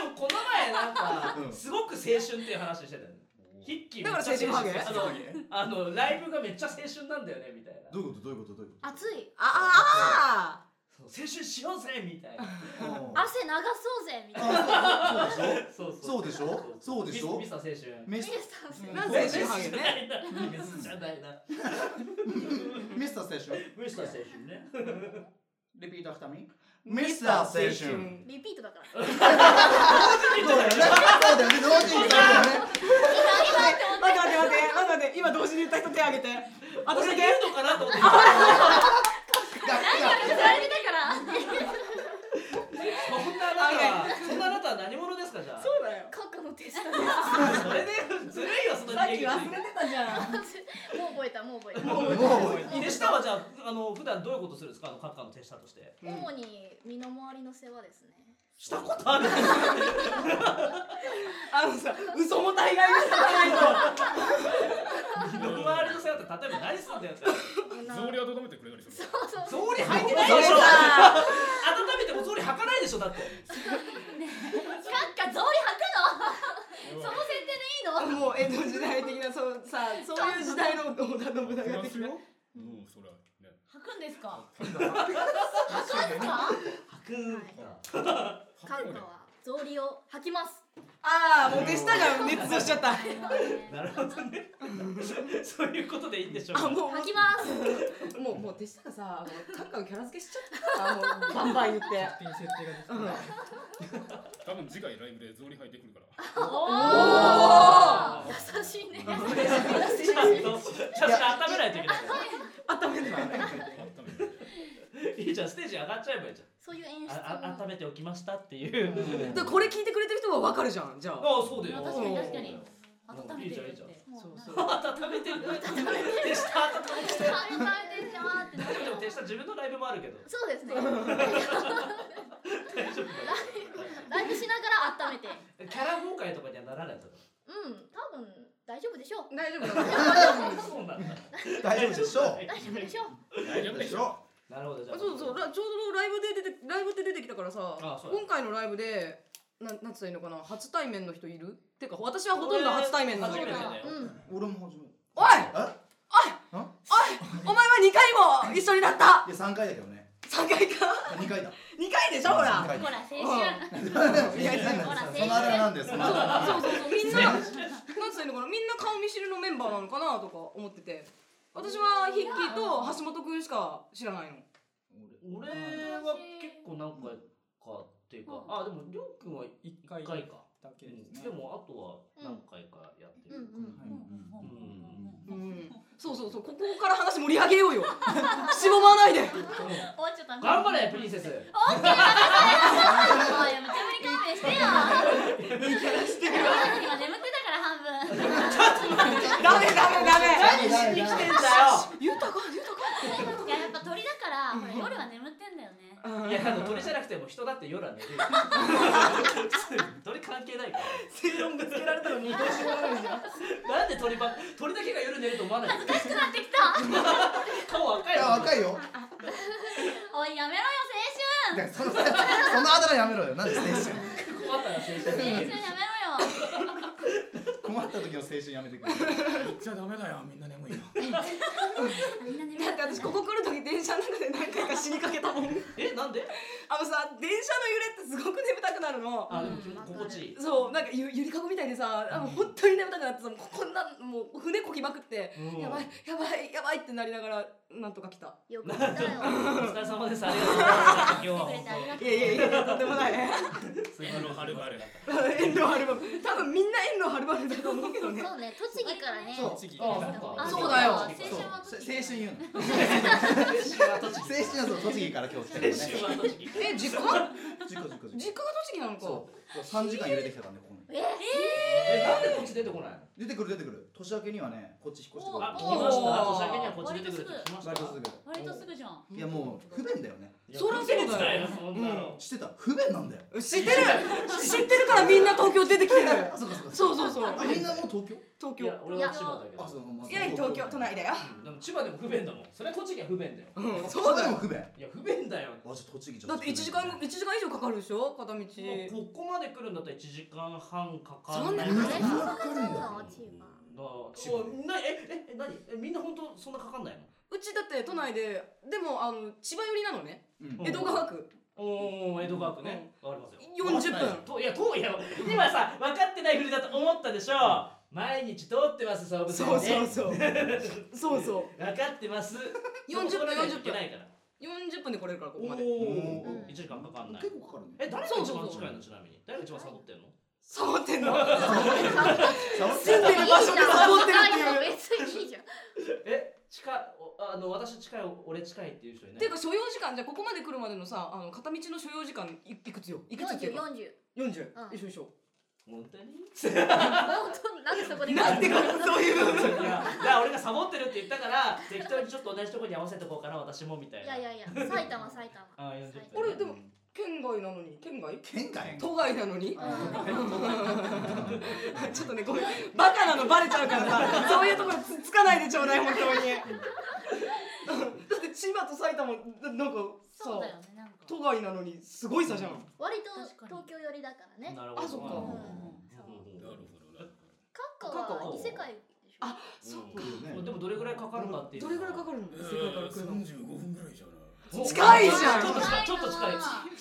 Speaker 7: ど
Speaker 2: でもこの前なんか
Speaker 3: うん
Speaker 2: すごく青春っていう話してたよねヒッキーめっちゃ
Speaker 1: だから青春ハゲ
Speaker 2: あのあのライブがめっちゃ青春なんだよねみたいな
Speaker 3: どういうことどういうことどういうこ
Speaker 4: 暑い
Speaker 1: ああ
Speaker 2: そう青春しようぜみたいな
Speaker 3: と。あ
Speaker 4: 汗流そうぜみたいな
Speaker 3: あそうそうでし
Speaker 2: そう
Speaker 3: そうでしょそうでしょ
Speaker 2: ミスミスター青春
Speaker 3: ょ。メ
Speaker 4: ミ
Speaker 3: ス
Speaker 4: スター先
Speaker 1: なん
Speaker 2: メ
Speaker 1: で
Speaker 2: ス
Speaker 1: 青春ハ
Speaker 2: じ
Speaker 1: ゲ
Speaker 2: ゃな
Speaker 1: ね
Speaker 2: いなメスじゃないな
Speaker 3: ミスター青春。
Speaker 2: ミスター青春ね
Speaker 3: リピートアフタミ。ミスター青春。
Speaker 4: 生リピートだ から
Speaker 3: そうだよね。そうだよね。同時に言ったよね。
Speaker 1: 待って待って待って待って待って今同時に言った人手挙げて私だ
Speaker 2: 私出
Speaker 1: け
Speaker 2: るのかなと思って
Speaker 3: いやいや
Speaker 7: 振られてたから
Speaker 2: そんなあなたはそんなあなたは何者ですかじゃあ
Speaker 1: そうだよ
Speaker 4: カッカの手下で
Speaker 2: それでずるいよその逃げ口
Speaker 1: たじゃん
Speaker 4: もう覚えたもう覚えた
Speaker 3: もうもう
Speaker 2: 手下はじゃああの普段どういうことするんですかあのカッカの手下として
Speaker 4: 主に身の回りの世話ですね
Speaker 2: したことある
Speaker 1: あのさ嘘も大概見せないと
Speaker 2: 身の回りの世話って例えば何するんだ よって
Speaker 5: 草履温めてくれたりする
Speaker 2: 草履履いてないでしょ温めても草履履かないでしょだって
Speaker 7: カッカ草履履くのその設定でいいの
Speaker 1: もう江戸時代的なそうさそういう時代の織田信長的な
Speaker 5: うんそれはね
Speaker 7: 履くんですか
Speaker 2: 履く
Speaker 4: カッカは草履を履きます
Speaker 1: ああもう手下が熱造しちゃったあ
Speaker 2: なるほどねそういうことでいいんでしょう
Speaker 1: も
Speaker 4: 履きます
Speaker 1: うもうもう手下がさあのカッカのキャラ付けしちゃったからもうバンバン言って
Speaker 6: 勝手に設定ができて
Speaker 1: うん
Speaker 5: 多分次回ライブで草履履いてくるか ら
Speaker 7: おお
Speaker 4: 優しいね
Speaker 2: ちゃんとちゃんと温めないといけないか
Speaker 1: 温めて
Speaker 5: 温めて
Speaker 2: らいいじゃんステージ上がっちゃえばいいじ
Speaker 4: そういう演
Speaker 2: ゃんああ
Speaker 4: 出
Speaker 2: 温めておきましたっていう
Speaker 1: でこれ聞いてくれてる人はわかるじゃんじゃあ
Speaker 2: ああそうだよ
Speaker 7: 確かに確かに温めて
Speaker 2: いい
Speaker 7: るっ
Speaker 2: じゃんいい
Speaker 7: て
Speaker 4: ももうなんか
Speaker 2: 温めてる手下温めて
Speaker 4: 疲れたんでしょってなる
Speaker 2: でも手下自分のライブもあ るけど
Speaker 4: そうですね
Speaker 2: 大丈夫
Speaker 4: ライブしながら温めて
Speaker 2: キャラ崩壊とかにはならないと
Speaker 4: うん多分大丈夫でしょう
Speaker 1: 大丈夫だ
Speaker 2: そうなんだ
Speaker 3: 大丈夫でしょう。
Speaker 4: 大丈夫でしょう
Speaker 5: 大丈夫でしょ
Speaker 2: なるほどじゃあ
Speaker 1: そうそうらちょうどライブで出てライブって出てきたからさ
Speaker 2: あそうだ
Speaker 1: 今回のライブでななんつったらいいのかな初対面の人いるてか私はほとんど初対面なんだけど
Speaker 2: 初めてだよ
Speaker 4: うん
Speaker 3: 俺も初めて。
Speaker 1: おい
Speaker 3: え？
Speaker 1: お前は2回も一緒になった
Speaker 3: いや三回だけどね。
Speaker 1: 3回か
Speaker 3: 二回だ。
Speaker 1: 2回でしょほら
Speaker 3: 三回
Speaker 7: ほら青春
Speaker 3: いやいやいや
Speaker 7: ほら青春
Speaker 3: そのあれはなんです。そのあれは
Speaker 1: そうそうそうみんななんつうのかなみんな顔見知りのメンバーなのかなとか思ってて私はヒッキーと橋本くんしか知らないの
Speaker 2: 俺は結構なんかかっていうかあでもりょうくんは
Speaker 6: 一
Speaker 2: 一
Speaker 6: 回
Speaker 2: 回か
Speaker 6: だけですね。
Speaker 2: でもあとは何回かやってる、
Speaker 4: うんうんうん
Speaker 6: はいう
Speaker 7: う
Speaker 6: ん
Speaker 7: んうんうん
Speaker 1: うん、そうそうそう、ここから話盛り上げよう よ。しぼまないで。
Speaker 7: 終わっちゃった。
Speaker 2: 頑張れプリンセス
Speaker 7: オッケー。もうやめちゃぶり勘弁して
Speaker 1: ダメ
Speaker 7: よ。今眠ってたから半分。
Speaker 1: ダメダメ。
Speaker 3: 何しに 来てんだよ
Speaker 1: ゆたか、ゆた
Speaker 7: いややっぱ鳥だから、ほら夜は眠ってんだよね。
Speaker 1: か。
Speaker 2: いやあの鳥じゃなくても人だって夜は 寝るよ鳥関係ないから
Speaker 1: 正論ぶつけられたのに、どうしようもないじゃん。
Speaker 2: なんで鳥ばっ鳥だけが夜寝ると思わないの
Speaker 7: 熱くなってきた。
Speaker 2: 顔赤い
Speaker 3: いや
Speaker 2: よ
Speaker 3: 若いよ
Speaker 7: おいやめろよ
Speaker 3: だからそのそ のあだ名やめろよなんで青春
Speaker 2: 困ったら先生
Speaker 7: 青春。青春やめろよ。
Speaker 3: 困った時の青春やめてくれ
Speaker 6: じゃあダメだよみんな眠いよ。
Speaker 7: みんな眠
Speaker 1: だって私ここ来る時電車の中で何回か死にかけたもん。あの
Speaker 2: えなんで
Speaker 1: さ、電車の揺れってすごく眠たくなるの。
Speaker 2: あでも心地いい
Speaker 1: そう、なんかゆゆりかごみたいでさ、あの本当に眠たくなってさ、もうこんなもう船こきまくって、
Speaker 2: うん
Speaker 1: やばいやばいやばいってなりながらなんとか来た。
Speaker 4: よく来たよ。
Speaker 2: お疲れ様ですありがとうございます今日
Speaker 7: 来てくれてありがと
Speaker 1: いやいやいやとんでもない。
Speaker 5: あのはるばる
Speaker 1: 遠路はるばる。多分みんな遠路はるばるだと思うけ どね。
Speaker 4: そうね、栃木からね。
Speaker 3: そう
Speaker 6: 次。
Speaker 2: あ
Speaker 7: う。
Speaker 1: そうだよ
Speaker 7: 青
Speaker 3: そう
Speaker 7: 春は
Speaker 3: 青春言うの
Speaker 2: は栃
Speaker 3: 青春はそう栃木から今日来て るね
Speaker 2: 木は栃木
Speaker 1: え、実家？
Speaker 3: 事故事故
Speaker 1: 実家が栃木なのか。
Speaker 3: そう3時間揺れてきたからねここに
Speaker 4: え、
Speaker 2: えなんでこっち出てこない
Speaker 3: 出てくる出てくる年明けにはねこっち引っ越してくる
Speaker 2: あ
Speaker 7: お
Speaker 2: 来ました年明けにはこっち出てくるって来ました
Speaker 3: 割とす
Speaker 7: 割とすぐじゃん。
Speaker 3: ぐいやもう不便だよね
Speaker 2: いや
Speaker 1: そりゃそうだよ
Speaker 2: 不便だよそんなの
Speaker 3: してた不便なんだよ
Speaker 1: 知ってる知ってるからみんな東京出てきてる
Speaker 3: あそうかそうか
Speaker 1: そうそうそう
Speaker 3: あみんなもう東京
Speaker 1: 東
Speaker 2: い
Speaker 1: 京
Speaker 2: や俺は千葉だけど
Speaker 3: あそうまあ
Speaker 1: いや東京都内だよ
Speaker 2: でも千葉でも不便だもんそれは栃木は不便だよ
Speaker 1: うん
Speaker 3: そ
Speaker 1: そう
Speaker 3: う
Speaker 1: だ
Speaker 3: だ
Speaker 1: よ
Speaker 3: よ不便あ
Speaker 2: いや不便だよ
Speaker 3: じゃあ栃木じ
Speaker 1: だ
Speaker 3: ゃん
Speaker 1: って1時間一時間以上かかるでしょ片道
Speaker 2: もうここまで来るんだったら1時間半かか
Speaker 1: そんな
Speaker 2: る
Speaker 1: に
Speaker 3: か
Speaker 4: そ
Speaker 3: か
Speaker 4: れ
Speaker 3: る
Speaker 4: が
Speaker 3: んだ
Speaker 4: かかるの、千葉。
Speaker 2: だおなえええ何えみんな本当そんなかかんないの
Speaker 1: うちだって都内ででもあの千葉寄りなのね
Speaker 3: うん
Speaker 2: うん
Speaker 1: 江戸川区
Speaker 2: おお江戸川区ねわかりますよ
Speaker 1: 40分
Speaker 2: といや遠いや今さ分かってないふりだと思ったでしょ毎日通ってます総武線
Speaker 1: そうそう
Speaker 2: ね
Speaker 1: そうそうそう
Speaker 2: 分かってます
Speaker 1: 40分
Speaker 2: そこまで
Speaker 1: 40分
Speaker 2: いけないから
Speaker 1: 40分で来れるからここまで
Speaker 2: お
Speaker 4: う
Speaker 2: お
Speaker 4: ん
Speaker 2: 一時間かかんない
Speaker 3: 結構かかるね
Speaker 2: え誰が
Speaker 1: そう
Speaker 2: 一
Speaker 1: そうそう
Speaker 2: 番近いのちなみに誰が一番サボってんの
Speaker 1: サボ ってんの
Speaker 3: 触って
Speaker 1: 住んでる場所でサボってるっていう
Speaker 4: 別にいいじゃん。
Speaker 2: え近いおあの私近い俺近いっていう人いない
Speaker 1: ていうか所要時間じゃあここまで来るまでのさあの片道の所要時間いいくつよいくつ
Speaker 4: 四
Speaker 1: ってい
Speaker 4: 十、
Speaker 1: うか
Speaker 4: 四十。
Speaker 1: 40
Speaker 4: うん
Speaker 1: 一緒一緒
Speaker 2: 本当に
Speaker 4: 本当、なんでそこで。
Speaker 1: なんでこれそういう
Speaker 2: いや、だから俺がサボってるって言ったから、適当にちょっと同じとこに合わせてこうかな、私もみたい
Speaker 4: い
Speaker 2: な。
Speaker 4: やいやいや、埼玉、埼玉。
Speaker 2: あー40
Speaker 4: 埼
Speaker 2: 分
Speaker 4: 玉
Speaker 1: あれでも県外なのに県外
Speaker 3: 県外
Speaker 1: 都外なのに
Speaker 3: あ
Speaker 1: ちょっとねごめんバカなのバレちゃうからさ そういうところつつかないでちょうだい本当に だって千葉と埼玉ななんかさ
Speaker 7: そうだよねなんか。
Speaker 1: 都外なのにすごい差じゃん
Speaker 4: 割と
Speaker 7: 確かに
Speaker 4: 東京寄りだからね。
Speaker 2: なるほ
Speaker 1: あ
Speaker 2: ど。
Speaker 1: そっか
Speaker 2: うん
Speaker 5: なるほどな
Speaker 4: カッカは異世界でしょ。
Speaker 1: あそっか
Speaker 2: うんでもどれぐらいかかるかっていうの
Speaker 1: ど
Speaker 2: は。
Speaker 1: れぐらいかかるの世界から来るの
Speaker 5: 35分ぐらいじゃない
Speaker 2: お
Speaker 1: 近いじゃん
Speaker 2: ちょっと近い、ちょっと近い。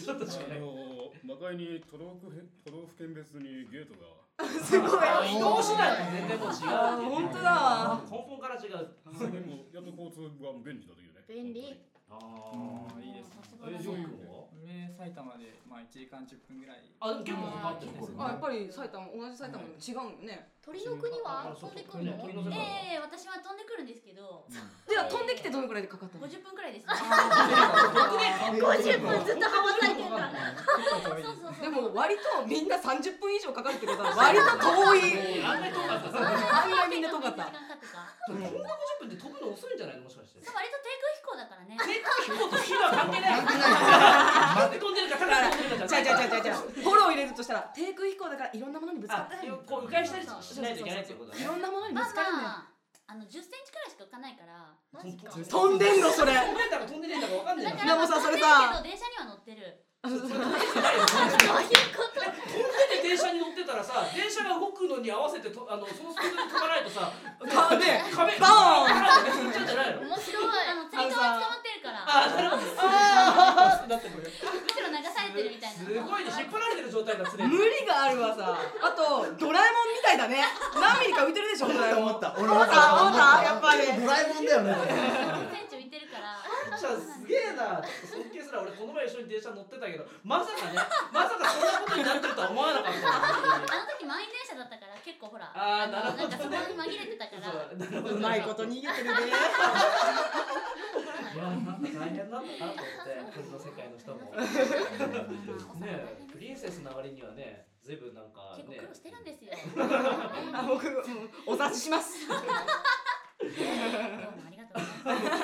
Speaker 2: ちょっと近
Speaker 5: あ
Speaker 2: い。
Speaker 5: の魔界に都道府県都道府県別にゲートが
Speaker 1: す ごい
Speaker 2: あ移動手段が全然もう違うって
Speaker 1: あ
Speaker 2: いうね。
Speaker 1: ー本当だ
Speaker 2: 根本から違う。
Speaker 5: 最近もやっと交通が便利だというね
Speaker 4: 便利
Speaker 2: あ
Speaker 6: あいいですね。
Speaker 2: ー。え、ジョイ君は
Speaker 6: 上埼玉でまあ1時間10分ぐらい。
Speaker 2: あ、でも結構かかってるんです
Speaker 1: あや
Speaker 2: よ
Speaker 1: っ。ぱり埼玉同じ埼玉でも違うんよね
Speaker 4: 鳥の国は飛んでくるの。
Speaker 2: 鳥の世界
Speaker 7: ええ私は飛んでくるんですけど、
Speaker 1: では飛んできてどのくらいでかかったの
Speaker 7: 50分くらいですね。
Speaker 4: 50分ずっと羽ばたいてんだ。
Speaker 7: そうそうそう。
Speaker 1: でも割とみんな30分以上かかるってことは割と遠い
Speaker 2: あんなに遠かったさ。
Speaker 1: あんなみんな遠かっ
Speaker 7: 時
Speaker 1: た
Speaker 7: 間かかってた。
Speaker 2: こんな50分で飛ぶの遅いんじゃないのもしかして
Speaker 7: で。も割と低空飛行だからね。
Speaker 2: 絶対飛行と飛は関係ない。
Speaker 3: 関係ない
Speaker 2: なんで飛んでるか、高く飛んでるか
Speaker 1: じ
Speaker 2: じ
Speaker 1: ゃ
Speaker 2: ゃない。
Speaker 1: じゃじゃじゃじゃフォロー入れるとしたら低空飛行だからいろんなものにぶつか
Speaker 2: あ
Speaker 1: って、
Speaker 2: こう迂回したりしないといけないっていうことだ
Speaker 1: い
Speaker 2: ね
Speaker 1: ろ。んなものにぶ
Speaker 7: まあ
Speaker 1: つかるんだよ、
Speaker 7: まあ、あの10センチくらいしか浮かないから。
Speaker 4: マジか。
Speaker 1: 飛んでんのそれ
Speaker 2: 飛んでたか飛んでねえんだかわかんねえ
Speaker 7: だ
Speaker 2: ん
Speaker 7: か
Speaker 2: だ。
Speaker 7: ら、
Speaker 1: でもさそれ
Speaker 7: 飛
Speaker 1: さ
Speaker 7: んでるけど電車には乗ってる。
Speaker 2: 飛んでて電車に乗ってたらさ、電車が動くのに合わせてとあのそのスピードで飛ばないとさ、
Speaker 1: かで
Speaker 2: 壁
Speaker 1: バーン
Speaker 2: 壁が飛んじゃうんじゃないの？
Speaker 4: 面白い。
Speaker 7: あの、釣り革に捕まってるから、
Speaker 2: あ、なるほど。ああ、だってこれ。
Speaker 7: むしろ流されてるみたいな。
Speaker 2: すごいね、引っ張られてる状態が常
Speaker 1: 無
Speaker 2: に。
Speaker 1: 理があるわさあとドラえもんみたいだね何ミリか浮いてるでしょドラえもん
Speaker 3: 思った俺思った
Speaker 1: あ思ったやっぱり
Speaker 3: ドラえもんだよね
Speaker 7: 10センチ浮いてるから。
Speaker 2: ちゃんすげえなちょっと尊敬するわ俺この前一緒に電車乗ってたけどまさかねまさかそんなことになってるとは思わなかった
Speaker 7: あの時満員電車だったから結構ほら
Speaker 2: あーなるほど
Speaker 7: んかそこに紛れてたから
Speaker 2: そうなるほど
Speaker 1: うまいこと逃げてるね。
Speaker 2: いやなんか大変なんだなと思ってこの世界の人もねえプリンセスの割にはね随分なんか
Speaker 7: 結構
Speaker 2: ね
Speaker 7: 苦労してるんですよ。
Speaker 1: あ僕もうお察しします。
Speaker 7: どうもありがとうございま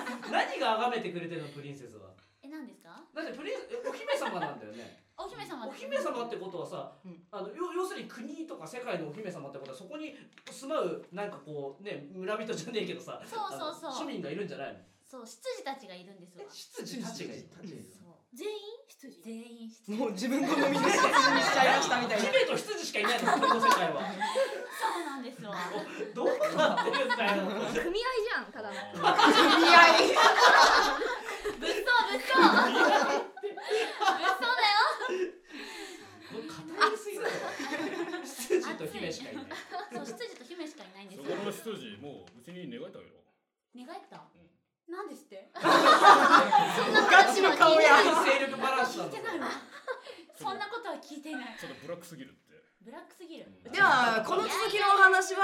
Speaker 2: 何
Speaker 7: す。
Speaker 2: が崇めてくれてるのプリンセスは
Speaker 7: え、なんですか？
Speaker 2: だってプリンえお姫様なんだよね
Speaker 7: お姫様
Speaker 2: お
Speaker 7: です
Speaker 2: 姫様ってことはさ、
Speaker 1: うん
Speaker 2: あの要要するに国とか世界のお姫様ってことはそこに住まうなんかこうね村人じゃねえけどさ
Speaker 7: そうそうそう
Speaker 2: あの庶民がいるんじゃないの
Speaker 7: そう、執事たちがいるんですわ
Speaker 2: え。執事たちがいる
Speaker 7: そう。
Speaker 4: 全員羊
Speaker 7: 全員執 事。
Speaker 1: もう自分好みで説明しちゃいましたみたいな。
Speaker 2: 姫と執事しかいないのこの世界は
Speaker 7: そうなんですわ。
Speaker 2: どうなってるんだよ
Speaker 4: 組合じゃんただの
Speaker 1: 組合。
Speaker 7: 物騒物騒。物騒だ
Speaker 2: 偏りすぎだろ執事と姫しかいない
Speaker 7: よ。そう、執事と姫しかいないんです
Speaker 5: そ
Speaker 7: よ。
Speaker 5: この羊もううちに願いたよ
Speaker 7: 寝返った
Speaker 5: ん。
Speaker 7: なんです って？
Speaker 1: ガチの顔や。
Speaker 2: 勢力バランスな
Speaker 7: 聞い
Speaker 2: んだ
Speaker 7: てないわ。そんなことは聞いてない。
Speaker 5: ちょっとブラックすぎるって
Speaker 7: ブラックすぎる。
Speaker 1: ではこの続きのお話は、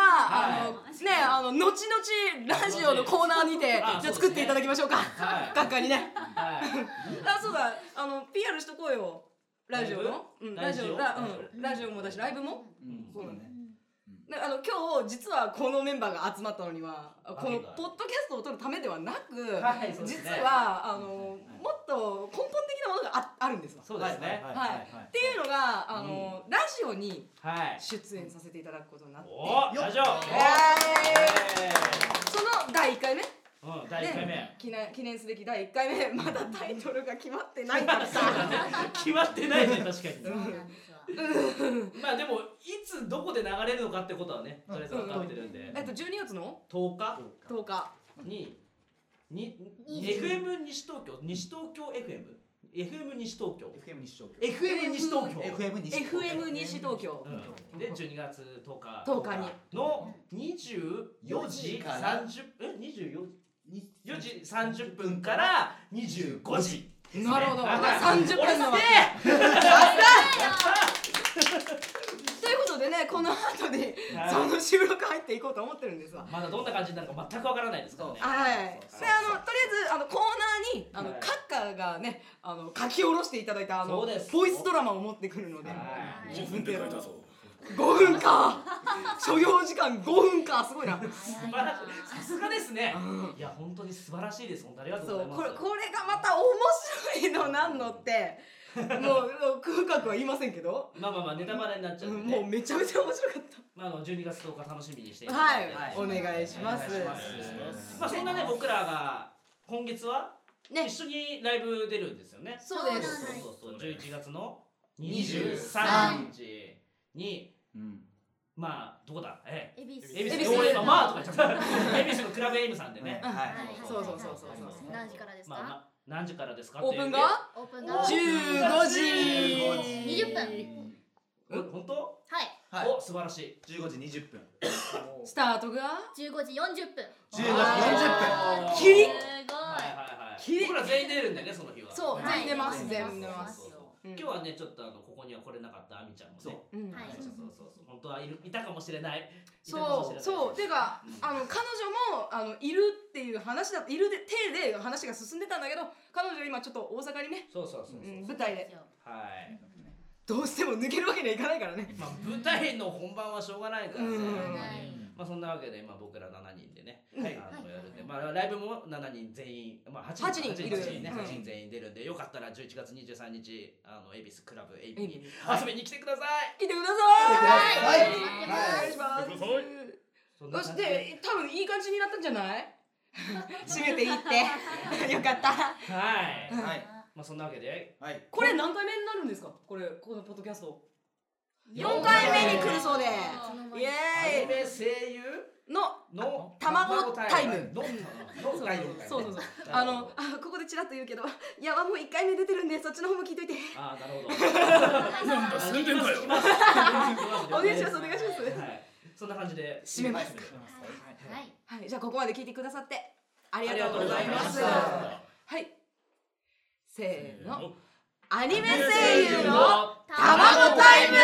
Speaker 1: あ
Speaker 2: は
Speaker 1: のねあの後々ラジオのコーナーにて
Speaker 2: あ
Speaker 1: じゃあ作っていただきましょうか
Speaker 2: はい
Speaker 1: 学科にね
Speaker 2: はい
Speaker 1: あそうだあの PR しとこうよラジオ
Speaker 2: ライ
Speaker 1: の、うん、ラジオ
Speaker 2: ラ
Speaker 1: ラ
Speaker 2: ジオ
Speaker 1: うん、ラジオもだしライブも
Speaker 6: うん
Speaker 1: そうだね
Speaker 4: うん
Speaker 1: であの今日実はこのメンバーが集まったのには
Speaker 2: あ
Speaker 1: この
Speaker 2: メンバー
Speaker 1: ポッドキャストを撮るためではなく、
Speaker 2: はいそうです
Speaker 1: 実
Speaker 2: ね
Speaker 1: はあの、
Speaker 6: はい
Speaker 1: もっと根本的なものがああるんですわ
Speaker 2: そうですね
Speaker 1: はいっていうのがあの、ラジオに
Speaker 2: はい
Speaker 1: 出演させていただくことになって、
Speaker 2: おーラジオ
Speaker 1: えーその第1回目
Speaker 2: うん第一回目
Speaker 1: 記念記念すべき第1回目 まだタイトルが決まってないからさ
Speaker 2: 決まってないね確か
Speaker 7: そう
Speaker 2: に
Speaker 7: なんですわ。
Speaker 2: まあでもいつどこで流れるのかってことはねとりあえず分かってるんで
Speaker 1: えっと12月の
Speaker 2: 10日
Speaker 1: 10日
Speaker 2: にに
Speaker 4: に
Speaker 2: FM 西東京西東京 FM FM 西東京
Speaker 3: FM 西東
Speaker 2: FM 西東京
Speaker 3: FM 西
Speaker 1: FM 西東京
Speaker 2: うんで12月10日
Speaker 1: 10日に
Speaker 2: の24時30え24四時30分から25時
Speaker 1: なるほど
Speaker 2: はい
Speaker 1: 30分の
Speaker 2: 俺
Speaker 1: 枠
Speaker 2: すげえ
Speaker 1: ということでねこの後で
Speaker 2: はい
Speaker 1: その収録入っていこうと思ってるんですわ
Speaker 2: まだどんな感じになるか全くわからないですからね
Speaker 1: はいで
Speaker 3: そうそう
Speaker 1: あのとりあえずあのコーナーにあの
Speaker 2: はい
Speaker 1: 閣下がねあの書き下ろしていただいたあの
Speaker 2: そうです
Speaker 1: ボイスドラマを持ってくるので
Speaker 2: はい
Speaker 5: 5分で書いたぞ
Speaker 1: 5分か 所要時間5分かすごいな
Speaker 7: 早
Speaker 2: 素
Speaker 7: い
Speaker 2: 晴ら
Speaker 7: な
Speaker 2: し。いさすがですねいや本当に素晴らしいです本当ありがとうご
Speaker 1: そ
Speaker 2: ざ
Speaker 1: う
Speaker 2: います
Speaker 1: これこれがまた面白いのなんのってもうもう空格は言いませんけど、
Speaker 2: まあまあまあネタバレになっちゃうんでね
Speaker 1: もうめちゃめちゃ面白かっ
Speaker 2: まああの12月10日楽しみにしてい
Speaker 1: た
Speaker 2: ただ
Speaker 1: はいい
Speaker 2: て、
Speaker 1: お願いします
Speaker 2: お願いし
Speaker 5: お願いします
Speaker 2: まあそんなね僕らが今月は
Speaker 1: ね
Speaker 2: 一緒にライブ出るんですよね。
Speaker 1: そうで
Speaker 2: そう
Speaker 1: す
Speaker 2: そうそう11月の23
Speaker 3: 23
Speaker 2: 日に
Speaker 3: うん
Speaker 2: まあどこだえ
Speaker 7: エビス。
Speaker 2: え恵
Speaker 1: 恵
Speaker 2: 比
Speaker 1: 比
Speaker 2: 寿
Speaker 1: 寿
Speaker 2: 俺今まあとか言っちゃった恵比寿のクラブエイムさんでね、
Speaker 3: は
Speaker 7: はいはい
Speaker 1: そうそうそうそうそう
Speaker 7: はい何時からです
Speaker 2: まあ、
Speaker 7: か？
Speaker 2: な何時からですか
Speaker 1: オープンが
Speaker 7: オープンが
Speaker 2: お
Speaker 7: はい。
Speaker 1: 15時
Speaker 7: 20分
Speaker 2: ほ本当、
Speaker 3: はい
Speaker 2: お素晴らしい
Speaker 3: 15時20分
Speaker 1: スタートが
Speaker 4: 15時40分
Speaker 3: 15時40
Speaker 2: あー
Speaker 1: キリッ
Speaker 7: す
Speaker 2: はいはい
Speaker 7: ご
Speaker 2: はい
Speaker 1: キリッ
Speaker 2: 僕ら全員出るんだよねその日は
Speaker 1: そう
Speaker 7: は
Speaker 1: 全
Speaker 7: い
Speaker 1: 員出ます
Speaker 3: はい
Speaker 1: 全員出ます、
Speaker 2: そうそう
Speaker 1: うん
Speaker 2: 今日はねちょっとあのここには来れなかったあみちゃんもね
Speaker 3: そう
Speaker 1: うん
Speaker 7: はい
Speaker 2: そうそうそうそう本当はいるいたかもしれないいたかもし
Speaker 1: そ
Speaker 2: れないう
Speaker 1: そうていうか
Speaker 2: うん
Speaker 1: あの彼女もあのいるっていう話だいるで手で話が進んでたんだけど彼女今ちょっと大阪にね、
Speaker 2: そうそうそうそうう、
Speaker 1: ん、舞台
Speaker 7: いで
Speaker 1: です
Speaker 7: よ。
Speaker 2: はい
Speaker 1: どうしても抜けるわけにはいかないからね
Speaker 2: まあ舞台の本番はしょうがないから
Speaker 1: う
Speaker 2: ね、
Speaker 1: ん
Speaker 7: はい。
Speaker 2: まあそんなわけで、まあ、僕ら7人でね、
Speaker 1: はい
Speaker 2: あの
Speaker 7: はい
Speaker 2: やるんで、まあ、ライブも7人全員、まあ、8人
Speaker 1: 八人
Speaker 2: 八
Speaker 1: いる
Speaker 2: 八ね
Speaker 1: うん
Speaker 2: 8人全員出るんでよかったら11月23日あの恵比寿クラブエイビ
Speaker 1: エイビ
Speaker 2: に遊びに来てください、
Speaker 1: 来てください
Speaker 3: はい
Speaker 1: お
Speaker 3: は
Speaker 1: 願
Speaker 3: い
Speaker 1: いします
Speaker 5: 来てください
Speaker 2: そんな
Speaker 1: そ
Speaker 2: 感
Speaker 1: し
Speaker 2: じで
Speaker 1: て多分いい感じになったんじゃない締めていいってよかった
Speaker 2: はい、ま
Speaker 3: はい
Speaker 2: あ、そんなわけで
Speaker 3: はい
Speaker 1: これ何回目になるんですかこれこのポッドキャスト
Speaker 2: 四
Speaker 1: 4
Speaker 2: 回
Speaker 1: 回
Speaker 2: 目
Speaker 1: 目に
Speaker 2: に来
Speaker 1: 来
Speaker 2: る
Speaker 1: るそうで
Speaker 7: そのま
Speaker 1: イ
Speaker 7: ま
Speaker 2: アニ
Speaker 1: エー
Speaker 2: メ声優
Speaker 1: イの
Speaker 2: の
Speaker 1: 卵タイム
Speaker 2: の
Speaker 1: そう
Speaker 2: のタイム
Speaker 1: そうそうそうあのあここでちらっと言うけどいやもう1回目出てるんでそっちの方も聞いといて
Speaker 2: ああなるほど
Speaker 5: なんだ宣伝かよ
Speaker 1: お 願いしますお願いします
Speaker 2: はい、そんな感じで
Speaker 1: 締めます
Speaker 7: はい。
Speaker 1: はいじゃあここまで聞いてくださってあり
Speaker 2: あり
Speaker 1: が
Speaker 2: が
Speaker 1: と
Speaker 2: と
Speaker 1: う
Speaker 2: う
Speaker 1: ご
Speaker 2: ご
Speaker 1: ざ
Speaker 2: ざ
Speaker 1: い
Speaker 2: い
Speaker 1: ま
Speaker 2: ますす
Speaker 1: はい
Speaker 5: せーの
Speaker 8: の
Speaker 5: アニメ声優の
Speaker 1: 卵タイム